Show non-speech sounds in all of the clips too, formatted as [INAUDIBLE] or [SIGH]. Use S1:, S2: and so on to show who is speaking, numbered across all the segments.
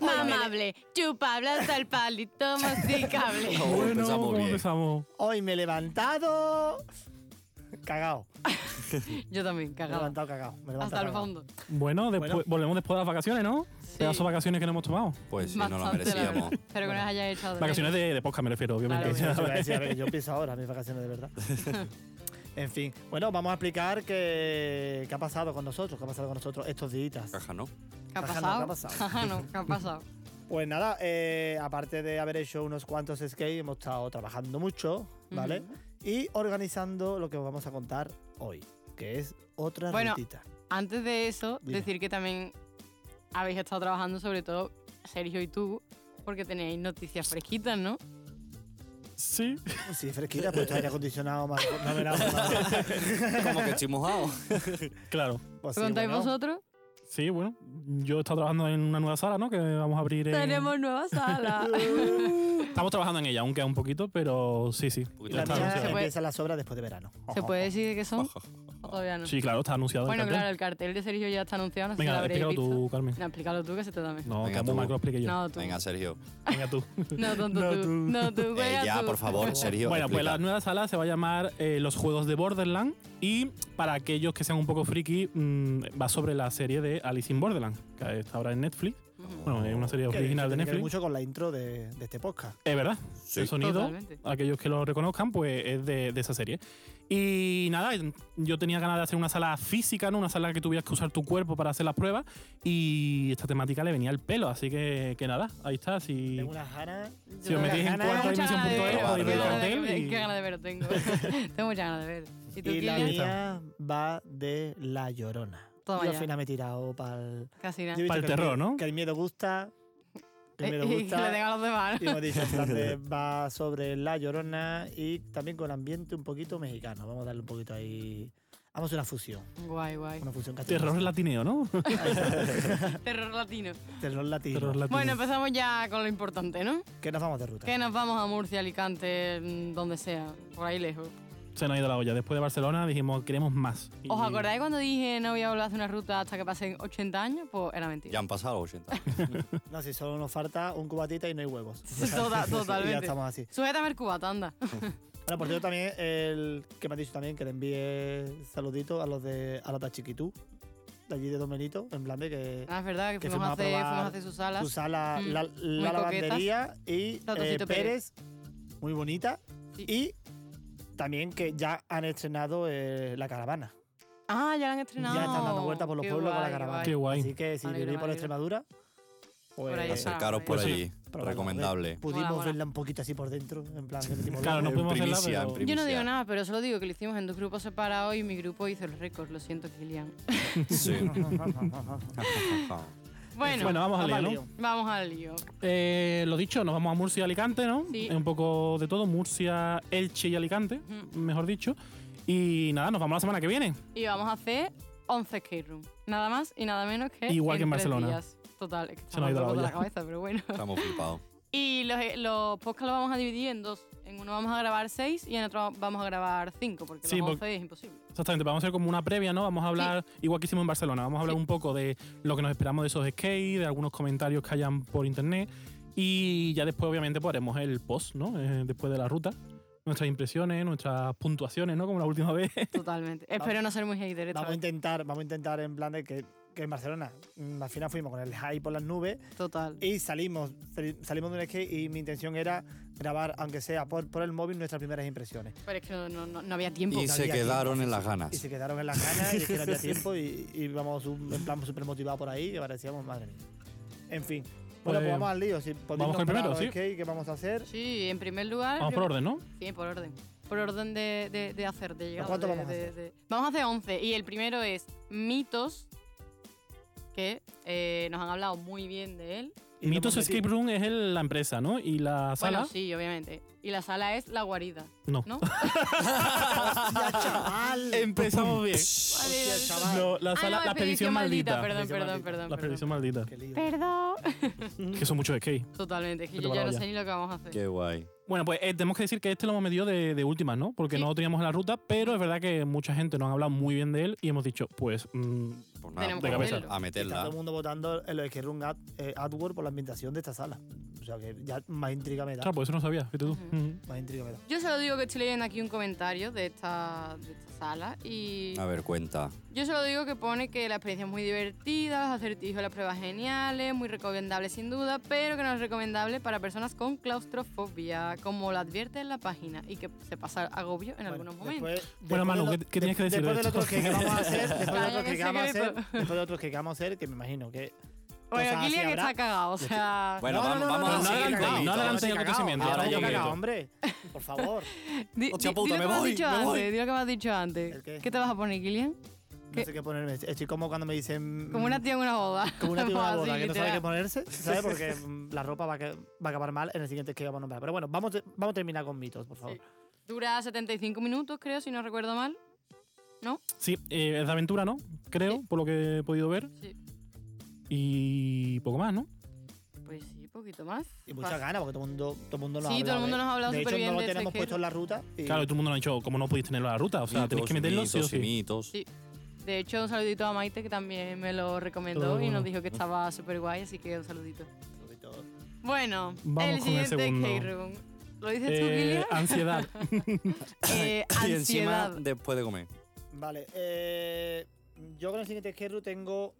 S1: Amable, chupable hasta el palito masticable.
S2: Oh,
S3: Bueno,
S2: empezamos
S3: ¿cómo
S2: bien.
S3: empezamos?
S4: [LAUGHS] Hoy me he levantado. Cagao.
S1: Yo también,
S4: Me he
S1: cagado.
S4: levantado cagao. Me he levantado
S1: Hasta el
S4: cagao.
S1: fondo.
S3: Bueno, después,
S4: Bueno.
S3: volvemos después de las vacaciones, ¿no? Pedazos de vacaciones que no hemos tomado.
S2: Pues sí, no lo
S1: Bastante, la verdad.
S2: merecíamos.
S1: Espero que no las hayas echado. de
S3: Vacaciones de, de podcast me refiero, obviamente.
S4: Claro, yo
S1: Claro,
S4: te iba a decir, a ver,
S1: [LAUGHS]
S4: yo pienso ahora mis vacaciones de verdad. En fin, bueno, vamos a explicar qué, qué ha pasado con nosotros, qué ha pasado con nosotros estos días.
S2: Caja, ¿no?
S1: menos. ¿Qué ha
S4: Ajá, no, ¿qué
S1: pasado?
S4: ha pasado?
S1: [LAUGHS] Ajá, no, ¿qué ha pasado?
S4: Pues nada, eh, aparte de haber hecho unos cuantos skate, hemos estado trabajando mucho, ¿vale? Y organizando lo que os vamos a contar hoy, que es otra
S1: Bueno,
S4: rutita.
S1: Antes de eso,
S4: Dime.
S1: decir que también habéis estado trabajando, sobre todo Sergio y tú, porque tenéis noticias fresquitas, ¿no?
S3: [LAUGHS] Sí.
S4: Sí, fresquita, pues está aire acondicionado, más. No
S1: [LAUGHS]
S4: me nada.
S2: Como que estoy mojado.
S3: Claro.
S4: Pues sí,
S1: ¿Lo contáis
S4: bueno.
S1: vosotros?
S3: Sí, bueno. Yo he estado trabajando en una nueva sala, ¿no? Que vamos a abrir. en-
S1: Tenemos nueva sala.
S3: Estamos trabajando en ella, aunque queda un poquito, pero sí, sí.
S2: poquito.
S3: Ya
S4: La
S3: está
S4: mía
S1: Se
S3: anunciado.
S1: puede-
S4: empieza las obras después de verano.
S1: ¿Se puede decir de qué son? ¿O todavía no?
S3: Sí, claro, está anunciado. el
S1: Bueno,
S3: cartel.
S1: claro, el cartel de Sergio ya está anunciado, no sé si
S3: Venga,
S1: lo habréis
S3: explícalo
S1: visto.
S3: tú, Carmen.
S1: No, explícalo tú, que se te da mejor.
S3: No,
S2: Venga,
S3: que muy
S2: tú.
S3: mal que lo explique yo.
S1: No, tú.
S2: Venga, Sergio.
S3: Venga tú.
S1: No, tonto
S4: No,
S1: tú.
S4: tú.
S1: No, tú.
S2: Eh,
S1: fuera
S2: ya,
S1: tú.
S2: por favor, Sergio.
S3: Bueno, pues
S2: explica.
S3: la nueva sala se va a llamar eh, Los Juegos de Borderland y para aquellos que sean un poco friki mm, va sobre la serie de Alice in Borderland, que está ahora en Netflix. Bueno, es una serie
S4: Que
S3: original de
S4: tiene que ver
S3: Netflix.
S4: mucho con la intro de, de este podcast.
S3: Es verdad.
S2: Sí.
S3: El sonido,
S1: Totalmente.
S3: aquellos que lo reconozcan, pues es de, de esa serie. Y nada, yo tenía ganas de hacer una sala física, ¿no? Una sala que tuvieras que usar tu cuerpo para hacer las pruebas. Y esta temática le venía al pelo, así que, que nada, ahí está. Si,
S4: Tengo unas ganas.
S3: si os metéis en
S4: ganas.
S3: cuarta
S4: Mucha
S3: dimensión punto es,
S2: ganas de
S3: podéis ver el
S2: verlo.
S3: cartel.
S1: Qué
S3: y-
S1: ganas de ver tengo.
S4: [LAUGHS]
S1: tengo muchas ganas de ver. ¿Y tú,
S4: Y la
S1: Kilian?
S3: Ahí está.
S4: mía va de la llorona.
S1: Toma
S4: Yo
S1: ya.
S4: al final me he tirado para el.
S1: Casi nada.
S3: Pa'l terror, ¿no?
S4: Que el miedo gusta. Que
S1: [LAUGHS]
S4: el miedo
S1: Eh, eh, que le tengo
S4: gusta.
S1: a los demás.
S4: Y hemos dicho, esta
S3: [LAUGHS]
S4: vez va sobre la llorona y también con ambiente un poquito mexicano. Vamos a darle un poquito ahí. Vamos a hacer una fusión.
S1: Guay, guay.
S4: Una fusión castellana.
S3: Terror latineo,
S1: [LAUGHS]
S3: ¿no?
S1: Terror latino.
S4: Terror latino.
S3: Terror latino.
S1: Bueno, pues, empezamos ya con lo importante, ¿no?
S4: que nos vamos de ruta.
S1: Que nos vamos a Murcia, Alicante, mm, donde sea, por ahí lejos.
S3: Se nos ha ido la olla. Después de Barcelona dijimos, queremos más. Y-
S1: ¿Os acordáis cuando dije no voy a volver a hacer una ruta hasta que pasen 80 años? Pues era mentira.
S2: Ya han pasado 80.
S4: No, si solo nos falta un cubatita y no hay
S1: [LAUGHS]
S4: huevos.
S1: Total-
S4: [LAUGHS] Y ya
S1: totalmente.
S4: estamos así.
S1: Sujétame el cubata, anda.
S4: Bueno, por cierto, también el que me ha dicho también que le envíe saluditos a los de a los de Chiquitú, de allí de Domenito, en plan de que,
S1: Ah, es verdad, que,
S4: que
S1: fuimos, a hacer,
S4: probar
S1: fuimos a hacer sus salas.
S4: su sala,
S1: Mm,
S4: la,
S1: muy
S4: la lavandería y eh,
S1: Ratoncito Pérez.
S4: Pérez, muy bonita.
S1: Sí.
S4: Y también que ya han estrenado eh, la caravana.
S1: Ah, ya la han estrenado.
S4: Ya están dando vueltas por los
S1: Qué
S4: pueblos con la
S1: guay,
S4: caravana.
S3: Qué guay.
S4: Así que si
S1: Alegre,
S4: vivís por
S1: alegre.
S4: Extremadura, pues,
S1: Por ahí está.
S2: Acercaros por
S3: Pues sí.
S2: allí.
S4: pero bueno,
S2: Recomendable.
S4: Pudimos
S1: Mola, mola.
S4: verla un poquito así por dentro, en plan. que metimos
S3: Claro, no
S4: los-
S2: En
S3: podemos hacerla,
S2: primicia,
S3: pero-
S2: en
S1: Yo no
S2: primicia.
S1: digo nada, pero solo digo que lo hicimos en dos grupos separados y mi grupo hizo el récord. Lo siento, Kilian. [LAUGHS]
S2: Sí. [LAUGHS]
S1: Bueno,
S3: Bueno, vamos a
S4: Vamos al
S3: leer, ¿no?
S4: lío.
S1: vamos al lío.
S3: Eh, lo dicho, nos vamos a Murcia y Alicante, ¿no?
S1: Sí.
S3: Un poco de todo, Murcia, Elche y Alicante, mejor dicho. Y nada, nos vamos la semana que viene.
S1: Y vamos a hacer 11 skate room. Nada más y nada menos que.
S3: Igual que en
S1: tres
S3: Barcelona.
S1: días. Total, es que
S3: Se nos ha
S1: estamos
S3: ido la
S1: locos de la
S3: olla.
S1: cabeza, pero bueno.
S2: Estamos
S1: [LAUGHS]
S2: flipados.
S1: Y los, eh, los podcasts los vamos a dividir en dos. En uno vamos a grabar seis y en otro vamos a grabar cinco, porque
S3: Sí,
S1: los
S3: porque-
S1: 11 es
S3: [LAUGHS]
S1: imposible.
S3: Exactamente, vamos a hacer como una previa, ¿no? Vamos a hablar, igual que hicimos en Barcelona, vamos a hablar un poco de lo que nos esperamos de esos skate, de algunos comentarios que hayan por internet. Y ya después, obviamente, pues haremos el post, ¿no? Eh, después de la ruta. Nuestras impresiones, nuestras puntuaciones, ¿no? Como la
S1: [LAUGHS]
S3: última vez.
S1: Totalmente. Espero no ser muy hater esta
S4: Vamos a
S1: vez.
S4: intentar, vamos a intentar en plan de que, que en Barcelona mm, al final fuimos con el hype por las nubes
S1: Total.
S4: y salimos, sali- salimos de un skate y mi intención era grabar, aunque sea por, por el móvil, nuestras primeras impresiones.
S1: Pero es que no, no- no- no había tiempo.
S2: Y se
S4: había
S2: quedaron
S4: tiempo.
S2: en las
S4: Y se
S2: ganas.
S4: quedaron en las ganas y es que
S3: [LAUGHS]
S4: no había tiempo y, y vamos un- en plan súper motivados por ahí que parecíamos, madre mía. En fin. Bueno, pues
S3: Pues,
S4: vamos al lío. Si podéis
S3: vamos con el
S4: nombrar
S3: primero,
S4: los
S3: sí.
S4: skate que vamos a hacer.
S1: Sí, en primer lugar.
S3: Vamos por orden, ¿no?
S1: Sí, por orden. Por orden de, de- de hacer, de llegar.
S4: cuántos
S1: de-
S4: vamos a
S1: de-
S4: hacer?
S1: de- Vamos a hacer 11. Y el primero es mitos, que eh, nos han hablado muy bien de él.
S4: Y lo
S3: Mitos
S4: hemos metido.
S3: Escape Room es el- la empresa, ¿no? Y la sala.
S1: Bueno, sí, obviamente. Y la sala es la guarida,
S3: No.
S1: ¿no?
S4: [LAUGHS] ¡Hostia,
S3: [LAUGHS]
S4: chaval!
S3: Empezamos bien.
S1: Vale, vale.
S4: chaval.
S3: No, la
S1: Ah,
S3: sala,
S1: no,
S3: la expedición maldita.
S1: Perdón,
S4: Expedición
S1: perdón,
S4: maldita.
S1: perdón.
S3: La expedición maldita.
S4: Qué lío.
S1: Perdón.
S3: Que son muchos skate.
S1: Totalmente, es que
S3: Vete
S1: yo
S3: para
S1: ya
S3: la
S1: no
S3: olla.
S1: sé ni lo que vamos a hacer.
S2: Qué guay.
S3: Bueno, pues eh, tenemos que decir que este lo hemos metido de, de últimas, ¿no? Porque
S1: Sí.
S3: no lo teníamos en la ruta, pero es verdad que mucha gente nos ha hablado muy bien de él y hemos dicho, pues, mm,
S2: Pues nada,
S1: Tenemos
S3: que
S2: pues,
S3: meterlo.
S2: a
S4: Está todo el
S2: meterla.
S4: mundo votando en los Escape Room ad, eh, AdWords por la ambientación de esta sala. O sea que ya más intriga me da.
S3: claro, pues eso no sabía, fíjate tú.
S1: Ujú.
S3: Mm.
S4: Más intriga me da.
S1: Yo solo digo que estoy leyendo aquí un comentario de esta, de esta sala y
S2: A ver, cuenta.
S1: yo solo digo que pone que la experiencia es muy divertida, los acertijos, las pruebas geniales, muy recomendable sin duda, pero que no es recomendable para personas con claustrofobia, como lo advierte en la página, y que se pasa agobio en algunos momentos.
S4: después-
S3: Bueno,
S4: después
S3: Manu,
S4: de lo-
S3: ¿qué- qué tienes que decir
S4: Después
S3: de
S4: de otro
S3: esto?
S4: que vamos
S3: [LAUGHS]
S4: a hacer, después de
S1: Calla,
S4: otro
S1: que
S4: que vamos a hacer,
S1: secreto.
S4: después de otro que vamos a hacer, que me imagino que.
S1: Bueno,
S4: cosas
S1: aquí
S4: así
S1: Lilia que
S4: habrá.
S1: está cagado, o sea...
S2: Bueno, vamos, vamos
S3: no,
S2: a
S3: no,
S2: seguir con
S3: no, no,
S2: el
S3: no,
S2: hito.
S3: no, adelantéis
S4: Cagao,
S3: acontecimientos,
S4: ahora
S2: ahora
S4: yo
S2: llega
S4: cagao,
S2: Vito.
S4: hombre. Por
S1: [LAUGHS]
S4: favor.
S1: Di,
S2: Hostia
S1: di-
S2: puta,
S1: di lo
S2: me
S1: que
S2: voy,
S1: has dicho
S2: me
S1: antes,
S2: voy.
S1: di lo que me has dicho antes.
S4: ¿El qué?
S1: te vas a poner, Kilian?
S4: No sé qué ponerme. Estoy como cuando me dicen.
S1: Como una tía en una boda.
S4: Mm. [LAUGHS] Como
S1: [LAUGHS]
S4: una tía en una
S1: Así,
S4: boda, que no sabe qué
S1: literal.
S4: ponerse, ¿sabes? Porque mm, la ropa va a, que- va a acabar mal en el siguiente que vamos a nombrar. Pero bueno, vamos, vamos a terminar con mitos, por favor.
S1: Sí. Dura 75 minutos, creo, si no recuerdo mal.
S3: Sí, eh, es de aventura, ¿no? Creo, por lo que he podido ver.
S1: Sí.
S3: Y poco más, ¿no?
S1: Pues sí, poquito más.
S4: Y muchas
S1: Pas-
S4: ganas, porque todo el mundo, todo el mundo nos
S1: Sí,
S4: ha hablado.
S1: todo el mundo
S4: de-
S1: nos ha hablado
S4: De hecho,
S1: súper bien
S4: no
S1: de
S4: lo
S1: este
S4: tenemos puesto
S1: género.
S4: en la ruta. Y
S3: Claro, y todo el mundo nos ha dicho, como no podéis tenerlo en la ruta, o sea, tenéis que
S2: Mitos y
S3: meterlo sí o
S2: mitos y
S3: sí.
S2: mitos.
S1: Sí. De hecho, un saludito a Maite, que también me lo recomendó
S3: Todo
S1: y nos
S3: bueno.
S1: dicho que estaba súper guay, así que un saludito.
S4: sobre todo.
S1: Bueno,
S3: Vamos
S1: el
S3: con el
S1: siguiente
S3: segundo.
S1: escape room. ¿Lo dices tú,
S3: Eh,
S4: [LAUGHS]
S1: Kilian?
S3: ansiedad.
S1: [LAUGHS] Eh,
S2: Y encima,
S1: ansiedad.
S2: después de comer.
S4: Vale, eh, yo con el siguiente esquerro tengo,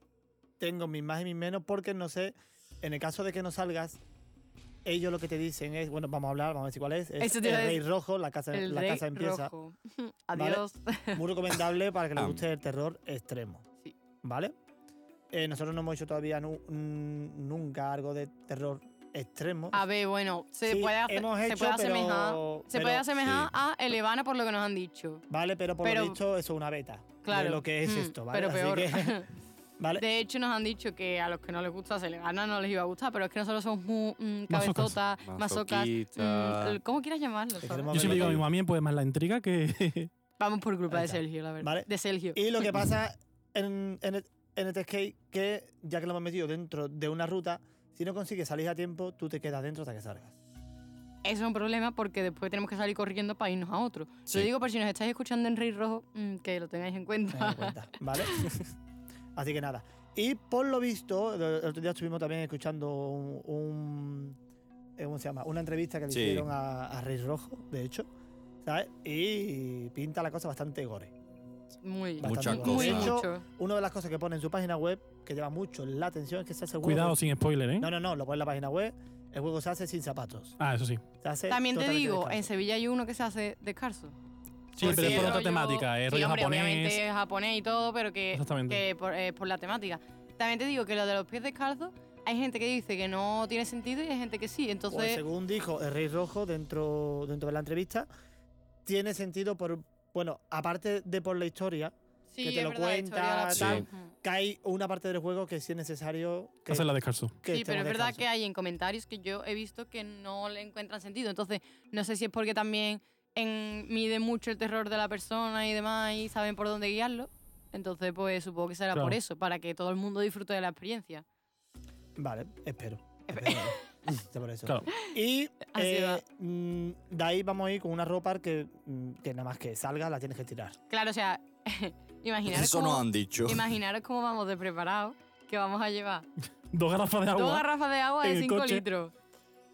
S4: tengo mis más y mis menos porque no sé, en el caso de que no salgas, ellos lo que te dicen es, bueno, vamos a hablar, vamos a decir cuál es, es
S1: Eso
S4: el
S1: te iba a
S4: rey
S1: decir.
S4: rojo, la casa,
S1: El
S4: la
S1: rey
S4: casa empieza, [LAUGHS]
S1: rojo. Adiós.
S4: muy recomendable para que les
S2: Am.
S4: guste el terror extremo,
S1: Sí.
S4: ¿vale? Eh, nosotros no hemos hecho todavía nu- mm, nunca algo de terror extremo.
S1: A ver, bueno, se
S4: Sí,
S1: puede hacer,
S4: hemos
S1: se
S4: hecho,
S1: puede
S4: pero-
S1: asemejar, se
S4: pero-
S1: puede asemejar
S2: sí.
S1: a Elevana por lo que nos han dicho.
S4: Vale, pero por
S1: pero-
S4: lo visto eso es una beta
S1: Claro.
S4: de lo que es
S1: Mm,
S4: esto, ¿vale?
S1: Pero
S4: Así
S1: peor. [LAUGHS]
S4: que, [LAUGHS] ¿vale?
S1: De hecho, nos han dicho que a los que no les gusta Selena no les iba a gustar, pero es que nosotros somos muy mm,
S3: Masocas.
S1: cabezotas, masocas.
S2: Masoquita.
S1: mm, ¿Cómo quieras llamarlo?
S4: Te
S1: ¿sabes?
S4: queremos
S3: Yo siempre digo a mi
S4: Vale.
S3: mamá, bien, pues más la
S1: [LAUGHS]
S3: intriga que.
S1: Vamos por culpa
S4: Ahí
S1: de
S4: está.
S1: Sergio, la verdad.
S4: Vale.
S1: De Sergio.
S4: Y lo que pasa en, en, et- en este skate, que ya que lo hemos metido dentro de una ruta, si no consigues salir a tiempo, tú te quedas dentro hasta que salgas.
S1: Eso es un problema porque después tenemos que salir corriendo para irnos a otro.
S2: Sí.
S1: Lo digo por si nos estáis escuchando en Rey Rojo, mm, que lo tengáis en
S4: Tened
S1: cuenta.
S4: en cuenta, ¿vale? [LAUGHS] Así que nada. Y por lo visto, el el otro día estuvimos también escuchando un, un- eh, ¿cómo se llama? Una entrevista que le
S2: Sí.
S4: hicieron a, a Rey Rojo, de hecho. ¿Sabes? Y pinta la cosa bastante gore.
S1: [LAUGHS] Muy,
S4: Bastante
S2: Mucha
S4: gore.
S2: cosa.
S1: muy
S4: De hecho,
S1: mucho.
S4: una de las cosas que pone en su página web, que llama mucho la atención, es que se hace el juego-
S3: Cuidado, sin spoiler, ¿eh?
S4: No, no, no, lo pone en la página web. El juego se hace sin zapatos.
S3: Ah, eso sí.
S4: Se hace
S1: También te
S4: totalmente
S1: digo,
S4: descalzo.
S1: en Sevilla hay uno que se hace descalzo.
S3: Sí,
S1: Porque
S3: pero es por
S1: el
S3: otra
S1: rollo-
S3: temática,
S1: Pues sí,
S3: es rollo
S1: hombre,
S3: japonés.
S1: Obviamente es japonés y todo, pero que,
S3: Exactamente.
S1: que por, eh, por la temática. También te digo que lo de los pies descalzos, hay gente que dice que no tiene sentido y hay gente que sí.
S4: Pues,
S1: Entonces,
S4: según dijo el Rey Rojo dentro, dentro de la entrevista, tiene sentido por. Bueno, aparte de por la historia,
S1: sí,
S4: que te
S1: es
S4: lo
S1: verdad, la historia de la
S4: cuenta,
S1: piel.
S2: tal.
S1: Ujú.
S4: que hay una parte del juego que sí es necesario que.
S3: Hacerla descalzo.
S4: que
S1: Sí,
S4: estemos
S1: pero es verdad
S4: descalzos.
S1: que hay en comentarios que yo he visto que no le encuentran sentido. Entonces, no sé si es porque también en- mide mucho el terror de la persona y demás y saben por dónde guiarlo. Entonces, pues supongo que será por
S3: Claro.
S1: eso, para que todo el mundo disfrute de la experiencia.
S4: Vale,
S1: [LAUGHS]
S4: espero. espero. Ya por eso.
S3: Claro.
S4: Y
S1: Así
S4: eh,
S1: va.
S4: mm, de ahí vamos a ir con una ropa que, mm, que nada más que salga la tienes que tirar.
S1: Claro, o sea, [LAUGHS] imaginaros
S2: Eso
S1: cómo-
S2: nos han dicho.
S1: Imaginaros cómo vamos de preparados, que vamos a llevar
S3: Dos garrafas de
S1: dos
S3: agua,
S1: garrafas de agua
S3: en
S1: de
S3: el
S1: 5
S3: coche.
S1: litros,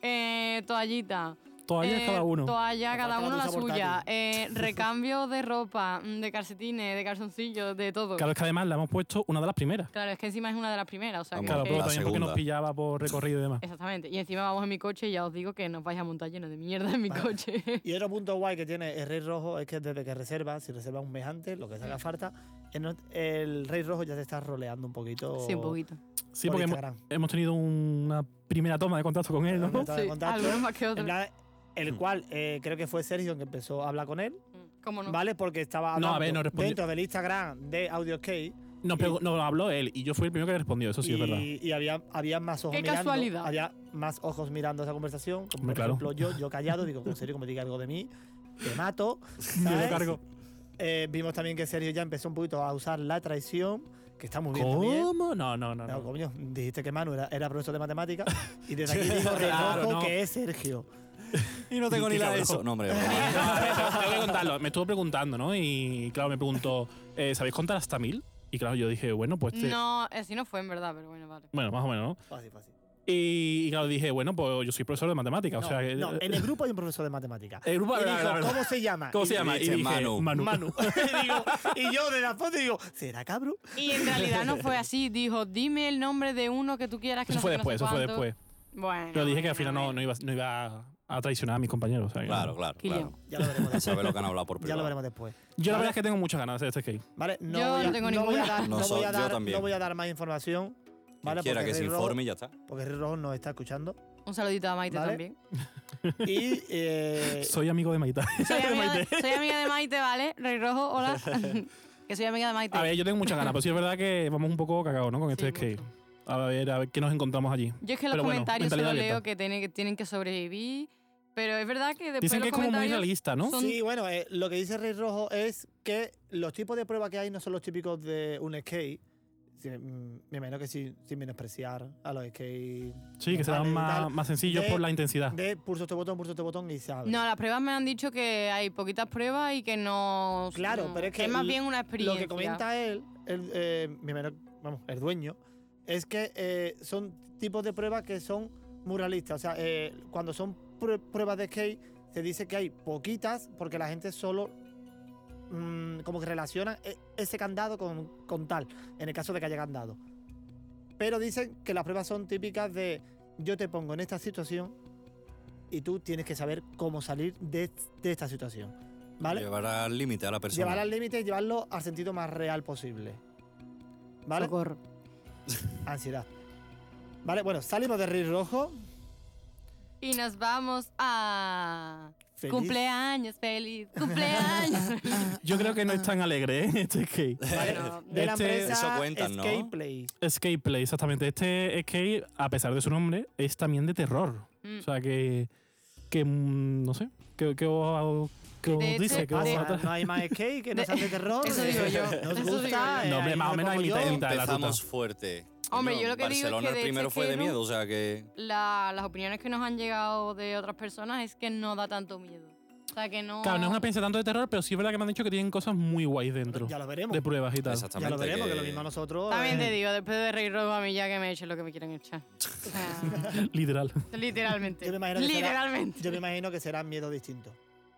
S1: eh, toallita,
S3: toallas
S1: eh,
S3: cada uno.
S1: toalla,
S4: Aparte
S1: cada
S4: la
S1: uno la
S4: ducha
S1: suya,
S4: portátil.
S3: [LAUGHS]
S1: eh, recambio de ropa, mm, de calcetines, de calzoncillos, de todo.
S3: Claro,
S1: Claro,
S3: es que además la hemos puesto una de las primeras.
S1: es que encima es una de las primeras, o sea, que,
S2: Vamos,
S3: Claro,
S1: que-
S3: pero
S2: la
S3: también porque nos
S2: segunda.
S3: pillaba por recorrido y demás.
S1: exactamente. Y encima vamos en mi coche y ya os digo que nos vais a montar lleno de mierda en mi
S4: Vale.
S1: coche. [LAUGHS]
S4: Y otro punto guay que tiene el Rey Rojo es que desde que reservas, si reservas un mes antes, lo que
S3: Mm.
S4: salga falta, el- el Rey Rojo ya te está roleando un poquito.
S1: sí, un poquito.
S3: Sí,
S4: por
S3: porque hemos,
S4: Instagram.
S3: hemos tenido una primera toma de contacto con él, ¿no?
S4: Hemos estado en
S1: Sí,
S4: contacto.
S1: algunos más que
S4: En
S1: otros.
S4: plan, el
S2: Mm.
S4: cual eh, creo que fue Sergio el que empezó a hablar con él,
S1: ¿Cómo no?
S4: ¿vale? Porque estaba
S3: No, a
S4: hablando
S3: ver, no respondió.
S4: dentro del Instagram de AudioSkate.
S3: Nos, pregu- nos habló él y yo fui el primero que respondió, eso sí es verdad.
S4: y, y había, había más ojos
S1: Qué
S4: mirando.
S1: casualidad.
S4: Había más ojos mirando esa conversación. Como por
S3: Hombre, claro.
S4: ejemplo, yo, yo callado,
S3: [LAUGHS]
S4: digo, en serio, como diga algo de mí, te mato.
S3: Me lo
S4: ¿sabes?
S3: cargo.
S4: Eh, vimos también que Sergio ya empezó un poquito a usar la traición, que está muy bien también.
S3: ¿Cómo? No, no, no.
S4: No,
S3: [LAUGHS] no.
S4: coño, dijiste que Manu era, era profesor de matemáticas y desde aquí
S3: [LAUGHS] Sí,
S4: digo
S3: claro,
S4: recojo
S3: no.
S4: que es Sergio.
S2: Y no tengo ni la de
S3: cabrón.
S2: eso. No, hombre.
S1: [LAUGHS]
S3: Tengo que contarlo. Me estuvo preguntando, ¿no? Y claro, me preguntó, eh, ¿sabéis contar hasta mil? Y claro, yo dije, bueno, pues. te-
S1: No, así no fue en verdad, pero bueno, vale.
S3: Bueno, más o menos, ¿no?
S4: Fácil, fácil.
S3: Y, y claro, dije, bueno, pues yo soy profesor de matemáticas.
S4: no,
S3: o sea, eh, que-
S4: no, en el grupo hay un profesor de matemáticas.
S3: El grupo-
S4: Y
S3: la- la-
S4: dijo,
S3: la verdad.
S4: ¿cómo se llama?
S3: ¿Cómo se
S4: Y-
S3: llama? Y
S2: dice
S3: dije,
S2: Manu.
S3: Manu.
S4: Manu. [LAUGHS] y, digo- y yo de la foto digo, ¿será cabrón?
S1: Y en realidad no fue así. Dijo, dime el nombre de uno que tú quieras que
S3: Eso
S1: no
S3: fue
S1: sé qué,
S3: después,
S1: no
S3: eso
S1: sé
S3: fue
S1: cuánto".
S3: después.
S1: Bueno.
S3: Pero dije que al
S1: bueno,
S3: final no,
S1: bueno.
S3: no iba, no iba a traicionar a mis compañeros. o sea que-
S2: Claro, claro,
S1: Kilian.
S2: claro.
S4: Ya lo veremos
S2: Ya
S4: después.
S2: sabes lo que han hablado por
S4: [LAUGHS] ya lo
S2: privado.
S4: veremos después.
S3: Yo la verdad es que tengo muchas ganas de hacer este skate.
S4: ¿Vale? No
S1: Yo
S4: voy a-
S1: no tengo ninguna
S4: voy a
S1: edad.
S4: dar- No, voy
S2: Nosotros-
S4: a
S2: yo
S4: dar,
S2: también.
S4: no voy a dar más información. ¿vale?
S2: Quiera
S4: Porque
S2: que se
S4: Rey Rojo-
S2: informe y ya está.
S4: porque Rey Rojo nos está escuchando.
S1: Un saludito a Maite
S4: Vale.
S1: también.
S4: Y eh,
S3: [LAUGHS]
S4: [LAUGHS]
S3: Soy amigo de Maita.
S1: Soy amiga, de, soy amiga de Maite, ¿vale? Rey Rojo,
S3: [LAUGHS]
S1: hola. que soy amiga de Maite.
S3: A ver, yo tengo muchas ganas, pero sí es verdad que vamos un poco cagados, ¿no? Con este
S1: Sí,
S3: skate. A ver, a ver qué nos encontramos allí.
S1: Yo es que los
S3: Pero bueno,
S1: comentarios
S3: mentalidad
S1: solo leo
S3: abierta.
S1: que tienen, que tienen que sobrevivir. Pero es verdad que después
S3: Dicen
S1: los
S3: que es como muy
S1: comentarios-
S3: realista, ¿no?
S1: son-
S4: sí, bueno, eh, lo que dice Rey Rojo es que los tipos de prueba que hay no son los típicos de un skate. Si- mm, me imagino que sin, sin menospreciar a los skate
S3: Sí,
S4: Vale,
S3: que serán más,
S4: tal.
S3: más sencillos
S4: De-
S3: por la intensidad.
S4: de pulso este botón, pulso este botón y se abre.
S1: Ah. No, las pruebas me han dicho que hay poquitas pruebas y que no.
S4: Claro,
S1: no-
S4: pero es que
S1: es más
S4: l-
S1: bien una experiencia.
S4: Lo que comenta él, el, eh, mi menor- vamos, el dueño, es que eh, son tipos de pruebas que son muy realistas. O sea, eh, cuando son prue- pruebas de skate, se dice que hay poquitas porque la gente solo mm, como que relaciona e- ese candado con, con tal, en el caso de que haya candado. Pero dicen que las pruebas son típicas de yo te pongo en esta situación y tú tienes que saber cómo salir de, de esta situación. ¿Vale?
S2: Llevar al límite a la persona.
S4: Llevar al límite y llevarlo al sentido más real posible. ¿Vale?
S1: Socorro.
S4: Ansiedad. Vale, bueno, salimos de Río Rojo.
S1: Y nos vamos a.
S4: Feliz.
S1: Cumpleaños, feliz.
S4: [LAUGHS]
S1: Cumpleaños.
S3: Yo creo que no es tan alegre ¿eh? [LAUGHS] este skate.
S1: Bueno,
S4: De la
S3: Este-
S4: empresa
S2: Eso cuentan, ¿no?
S4: Skateplay.
S3: Skate Play, exactamente. Este skate, a pesar de su nombre, es también de terror.
S1: mm.
S3: O sea que. que mm, no sé. ¿Qué que os, qué os
S1: De hecho,
S3: dice? ¿Qué
S4: Ah,
S3: os
S1: de-
S4: o sea,
S3: atrae?
S4: no hay más skate que no
S1: De-
S4: sean de terror.
S1: eso digo yo,
S4: Nos
S1: eso digo
S4: gusta.
S1: yo.
S4: eh,
S3: No, hombre,
S4: hay
S3: más o
S4: uno como
S3: menos hay mitad
S4: yo.
S3: y mitad.
S2: Empezamos
S3: tuta.
S2: fuerte.
S1: Hombre,
S2: Coño,
S1: yo lo que digo es que
S2: Barcelona
S1: de
S2: el primero
S1: este
S2: fue de
S1: que no-
S2: miedo, o sea que.
S1: La- las opiniones que nos han llegado de otras personas es que no da tanto miedo. O sea, que no.
S3: Claro, no es una experiencia tanto de terror, pero sí es verdad que me han dicho que tienen cosas muy guays dentro.
S4: Ya lo veremos.
S3: De pruebas y tal.
S2: Exactamente.
S4: Ya lo veremos, que
S2: que-
S4: lo mismo a nosotros.
S1: También
S4: eh,
S1: te digo, después de Rey Rojo, a mí ya que me echen lo que me
S4: [LAUGHS]
S1: quieran echar. O sea,
S3: Literal.
S1: literalmente.
S4: Yo me imagino que será-
S1: literalmente.
S4: Yo me imagino que serán miedos distintos.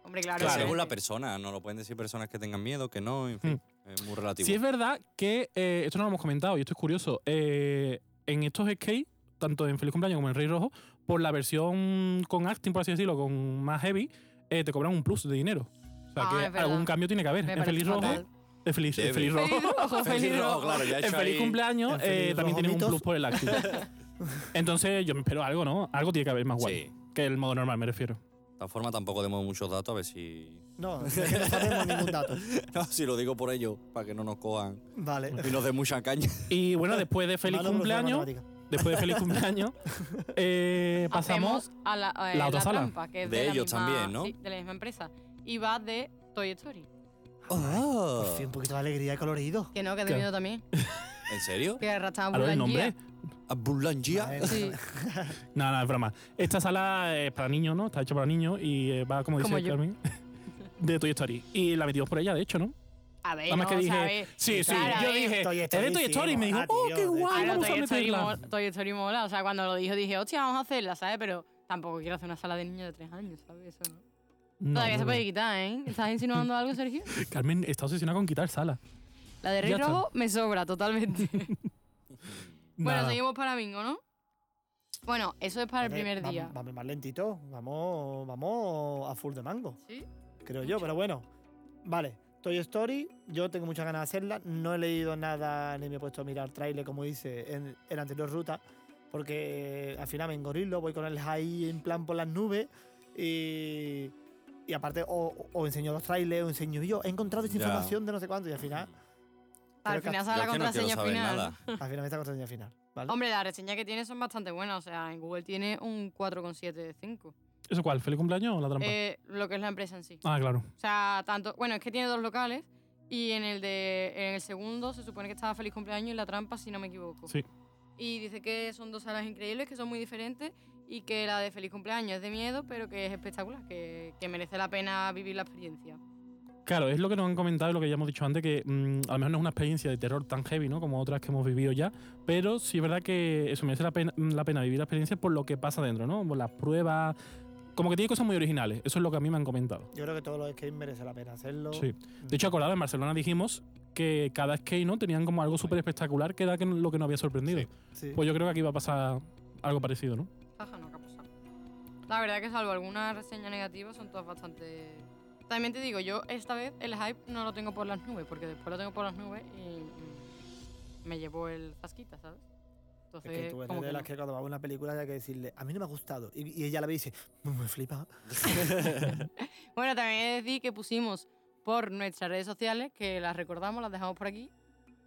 S1: Hombre, claro.
S2: que
S3: Claro.
S2: Según la persona, no lo pueden decir personas que tengan miedo, que no, en fin.
S4: Hmm.
S2: Es muy relativo.
S3: Sí es verdad que, eh, esto no lo hemos comentado y esto es curioso, eh, en estos skate, tanto en Feliz Cumpleaños como en Rey Rojo, por la versión con acting, por así decirlo, con más heavy, eh, te cobran un plus de dinero. O sea
S1: Ah, es
S3: que
S1: verdad.
S3: algún cambio tiene que haber.
S1: Me
S3: En
S1: parece
S3: Feliz Rojo,
S1: fatal.
S3: en Feliz, en
S2: Debe.
S1: [LAUGHS]
S3: Feliz
S1: Feliz
S3: Rojo,
S1: rojo, feliz
S2: Feliz rojo,
S1: rojo.
S2: claro, ya he
S3: en
S2: hecho
S3: Feliz
S2: ahí-
S3: Cumpleaños
S4: En Feliz
S3: eh, también
S4: Rojo
S3: tienes un
S4: mitos.
S3: plus por el
S1: [LAUGHS]
S3: acting. Entonces yo me espero algo, ¿no? Algo tiene que haber más guay
S2: Sí.
S3: que el modo normal, me refiero.
S2: De todas formas, tampoco demos muchos datos, a ver si. [LAUGHS]
S4: No, es que no sabemos ningún dato.
S2: No, si lo digo por ello, para que no nos cojan
S4: Vale.
S2: y nos den mucha
S4: [LAUGHS]
S2: caña.
S3: Y bueno, después de Feliz
S4: Manu, profesor de
S3: Cumpleaños,
S4: matemáticas.
S3: después de
S4: [LAUGHS]
S3: Feliz Cumpleaños, eh, pasamos...
S1: Hacemos a la, eh,
S3: la otra sala.
S1: trampa, que es
S2: De
S1: de, la
S2: ellos
S1: misma-
S2: también, ¿no?
S1: sí, de la misma empresa. Y va de Toy Story.
S2: Oh.
S4: Por fin, un poquito de alegría y colorido.
S1: Que no, que de
S3: Claro.
S1: miedo también.
S2: ¿En serio?
S1: Que arrastraba
S3: ¿Ahora el
S1: Bulangía.
S3: nombre?
S2: ¿A Bulangia?
S4: Madre
S1: Sí,
S3: No, no, es broma. Esta sala es para niños, ¿no? Está hecha para niños y eh, va, como dice
S1: Como yo.
S3: Carmen, de Toy Story. Y la metimos por ella, de hecho, ¿no?
S1: a ver,
S3: Nada más
S1: no,
S3: que
S1: o
S3: dije.
S1: sea, a ver,
S3: sí, sí.
S1: claro, a
S3: yo
S1: ver.
S3: dije.
S4: Toy
S3: Es
S4: Story
S3: de Toy
S4: sí,
S3: Story. Y me dijo,
S4: ah,
S3: oh,
S4: tío,
S3: qué
S4: de
S3: guay,
S4: Toy
S1: Claro,
S3: vamos a
S1: Toy Story,
S3: meterla.
S1: mo- Toy Story mola. O sea, cuando lo dijo, dije, hostia, vamos a hacerla, ¿sabes? Pero tampoco quiero hacer una sala de niños de tres años, ¿sabes? Eso no.
S3: No,
S1: Todavía
S3: no,
S1: se
S3: no.
S1: puede quitar, ¿eh? ¿Estás insinuando algo, Sergio?
S3: Carmen está obsesionada con quitar sala.
S1: La de Rey
S3: Ya está.
S1: Rojo me sobra
S3: [LAUGHS]
S1: totalmente. bueno,
S3: Nada.
S1: seguimos para Bingo, ¿no? Bueno, eso es para el
S4: Entonces,
S1: primer
S4: vam-
S1: día.
S4: Vamos más lentito, vamos, vamos a full de mango,
S1: ¿Sí?
S4: creo yo, pero bueno. Vale, Toy Story, yo tengo muchas ganas de hacerla, no he leído nada ni me he puesto a mirar trailer como hice en el anterior ruta, porque eh, al final me engorilo, voy con el high en plan por las nubes y, y aparte o, o enseño los trailers o enseño yo, he encontrado esta
S2: Ya.
S4: información de no sé cuánto y al final
S1: Al
S4: Creo que-
S1: final
S2: Yo
S1: sale la
S2: es que no quiero
S1: contraseña
S2: saber
S1: final.
S2: nada.
S4: Al final me está contraseña final. ¿vale?
S1: Hombre, las reseñas que tiene son bastante buenas. O sea, en Google tiene un 4,7 de 5.
S3: ¿Eso cuál? ¿Feliz cumpleaños o la trampa?
S1: Eh, lo que es la empresa en sí.
S3: ah, claro.
S1: O sea, tanto. Bueno, es que tiene dos locales. Y en el de en el segundo se supone que estaba feliz cumpleaños y la trampa, si no me equivoco.
S3: Sí.
S1: Y dice que son dos salas increíbles, que son muy diferentes y que la de feliz cumpleaños es de miedo, pero que es espectacular, que, que merece la pena vivir la experiencia.
S3: Claro, es lo que nos han comentado y lo que ya hemos dicho antes, que mm, a lo mejor no es una experiencia de terror tan heavy, ¿no? Como otras que hemos vivido ya, pero sí es verdad que eso merece la pena, mm, la pena vivir la experiencia por lo que pasa dentro, ¿no? Por las pruebas, como que tiene cosas muy originales, eso es lo que a mí me han comentado.
S4: Yo creo que todos los skates merece la pena hacerlo.
S3: Sí. De hecho, acordado, en Barcelona dijimos que cada skate, ¿no? Tenían como algo súper espectacular que era que- lo que nos había sorprendido.
S2: Sí.
S4: Sí.
S3: Pues yo creo que aquí va a pasar algo parecido, ¿no?
S1: Jaja, no, ¿qué ha pasado? La verdad que salvo algunas reseñas negativas son todas bastante... También te digo, yo esta vez el hype no lo tengo por las nubes, porque después lo tengo por las nubes y mm, me llevó el zasquita, ¿sabes?
S4: Es
S1: Entonces,
S4: que tú eres
S1: como
S4: de
S1: que
S4: las
S1: no.
S4: que cuando va a una película hay que decirle, a mí no me ha gustado. Y, y ella la ve y dice, "Pues me flipa.
S1: Bueno, también he de decir que pusimos por nuestras redes sociales, que las recordamos, las dejamos por aquí,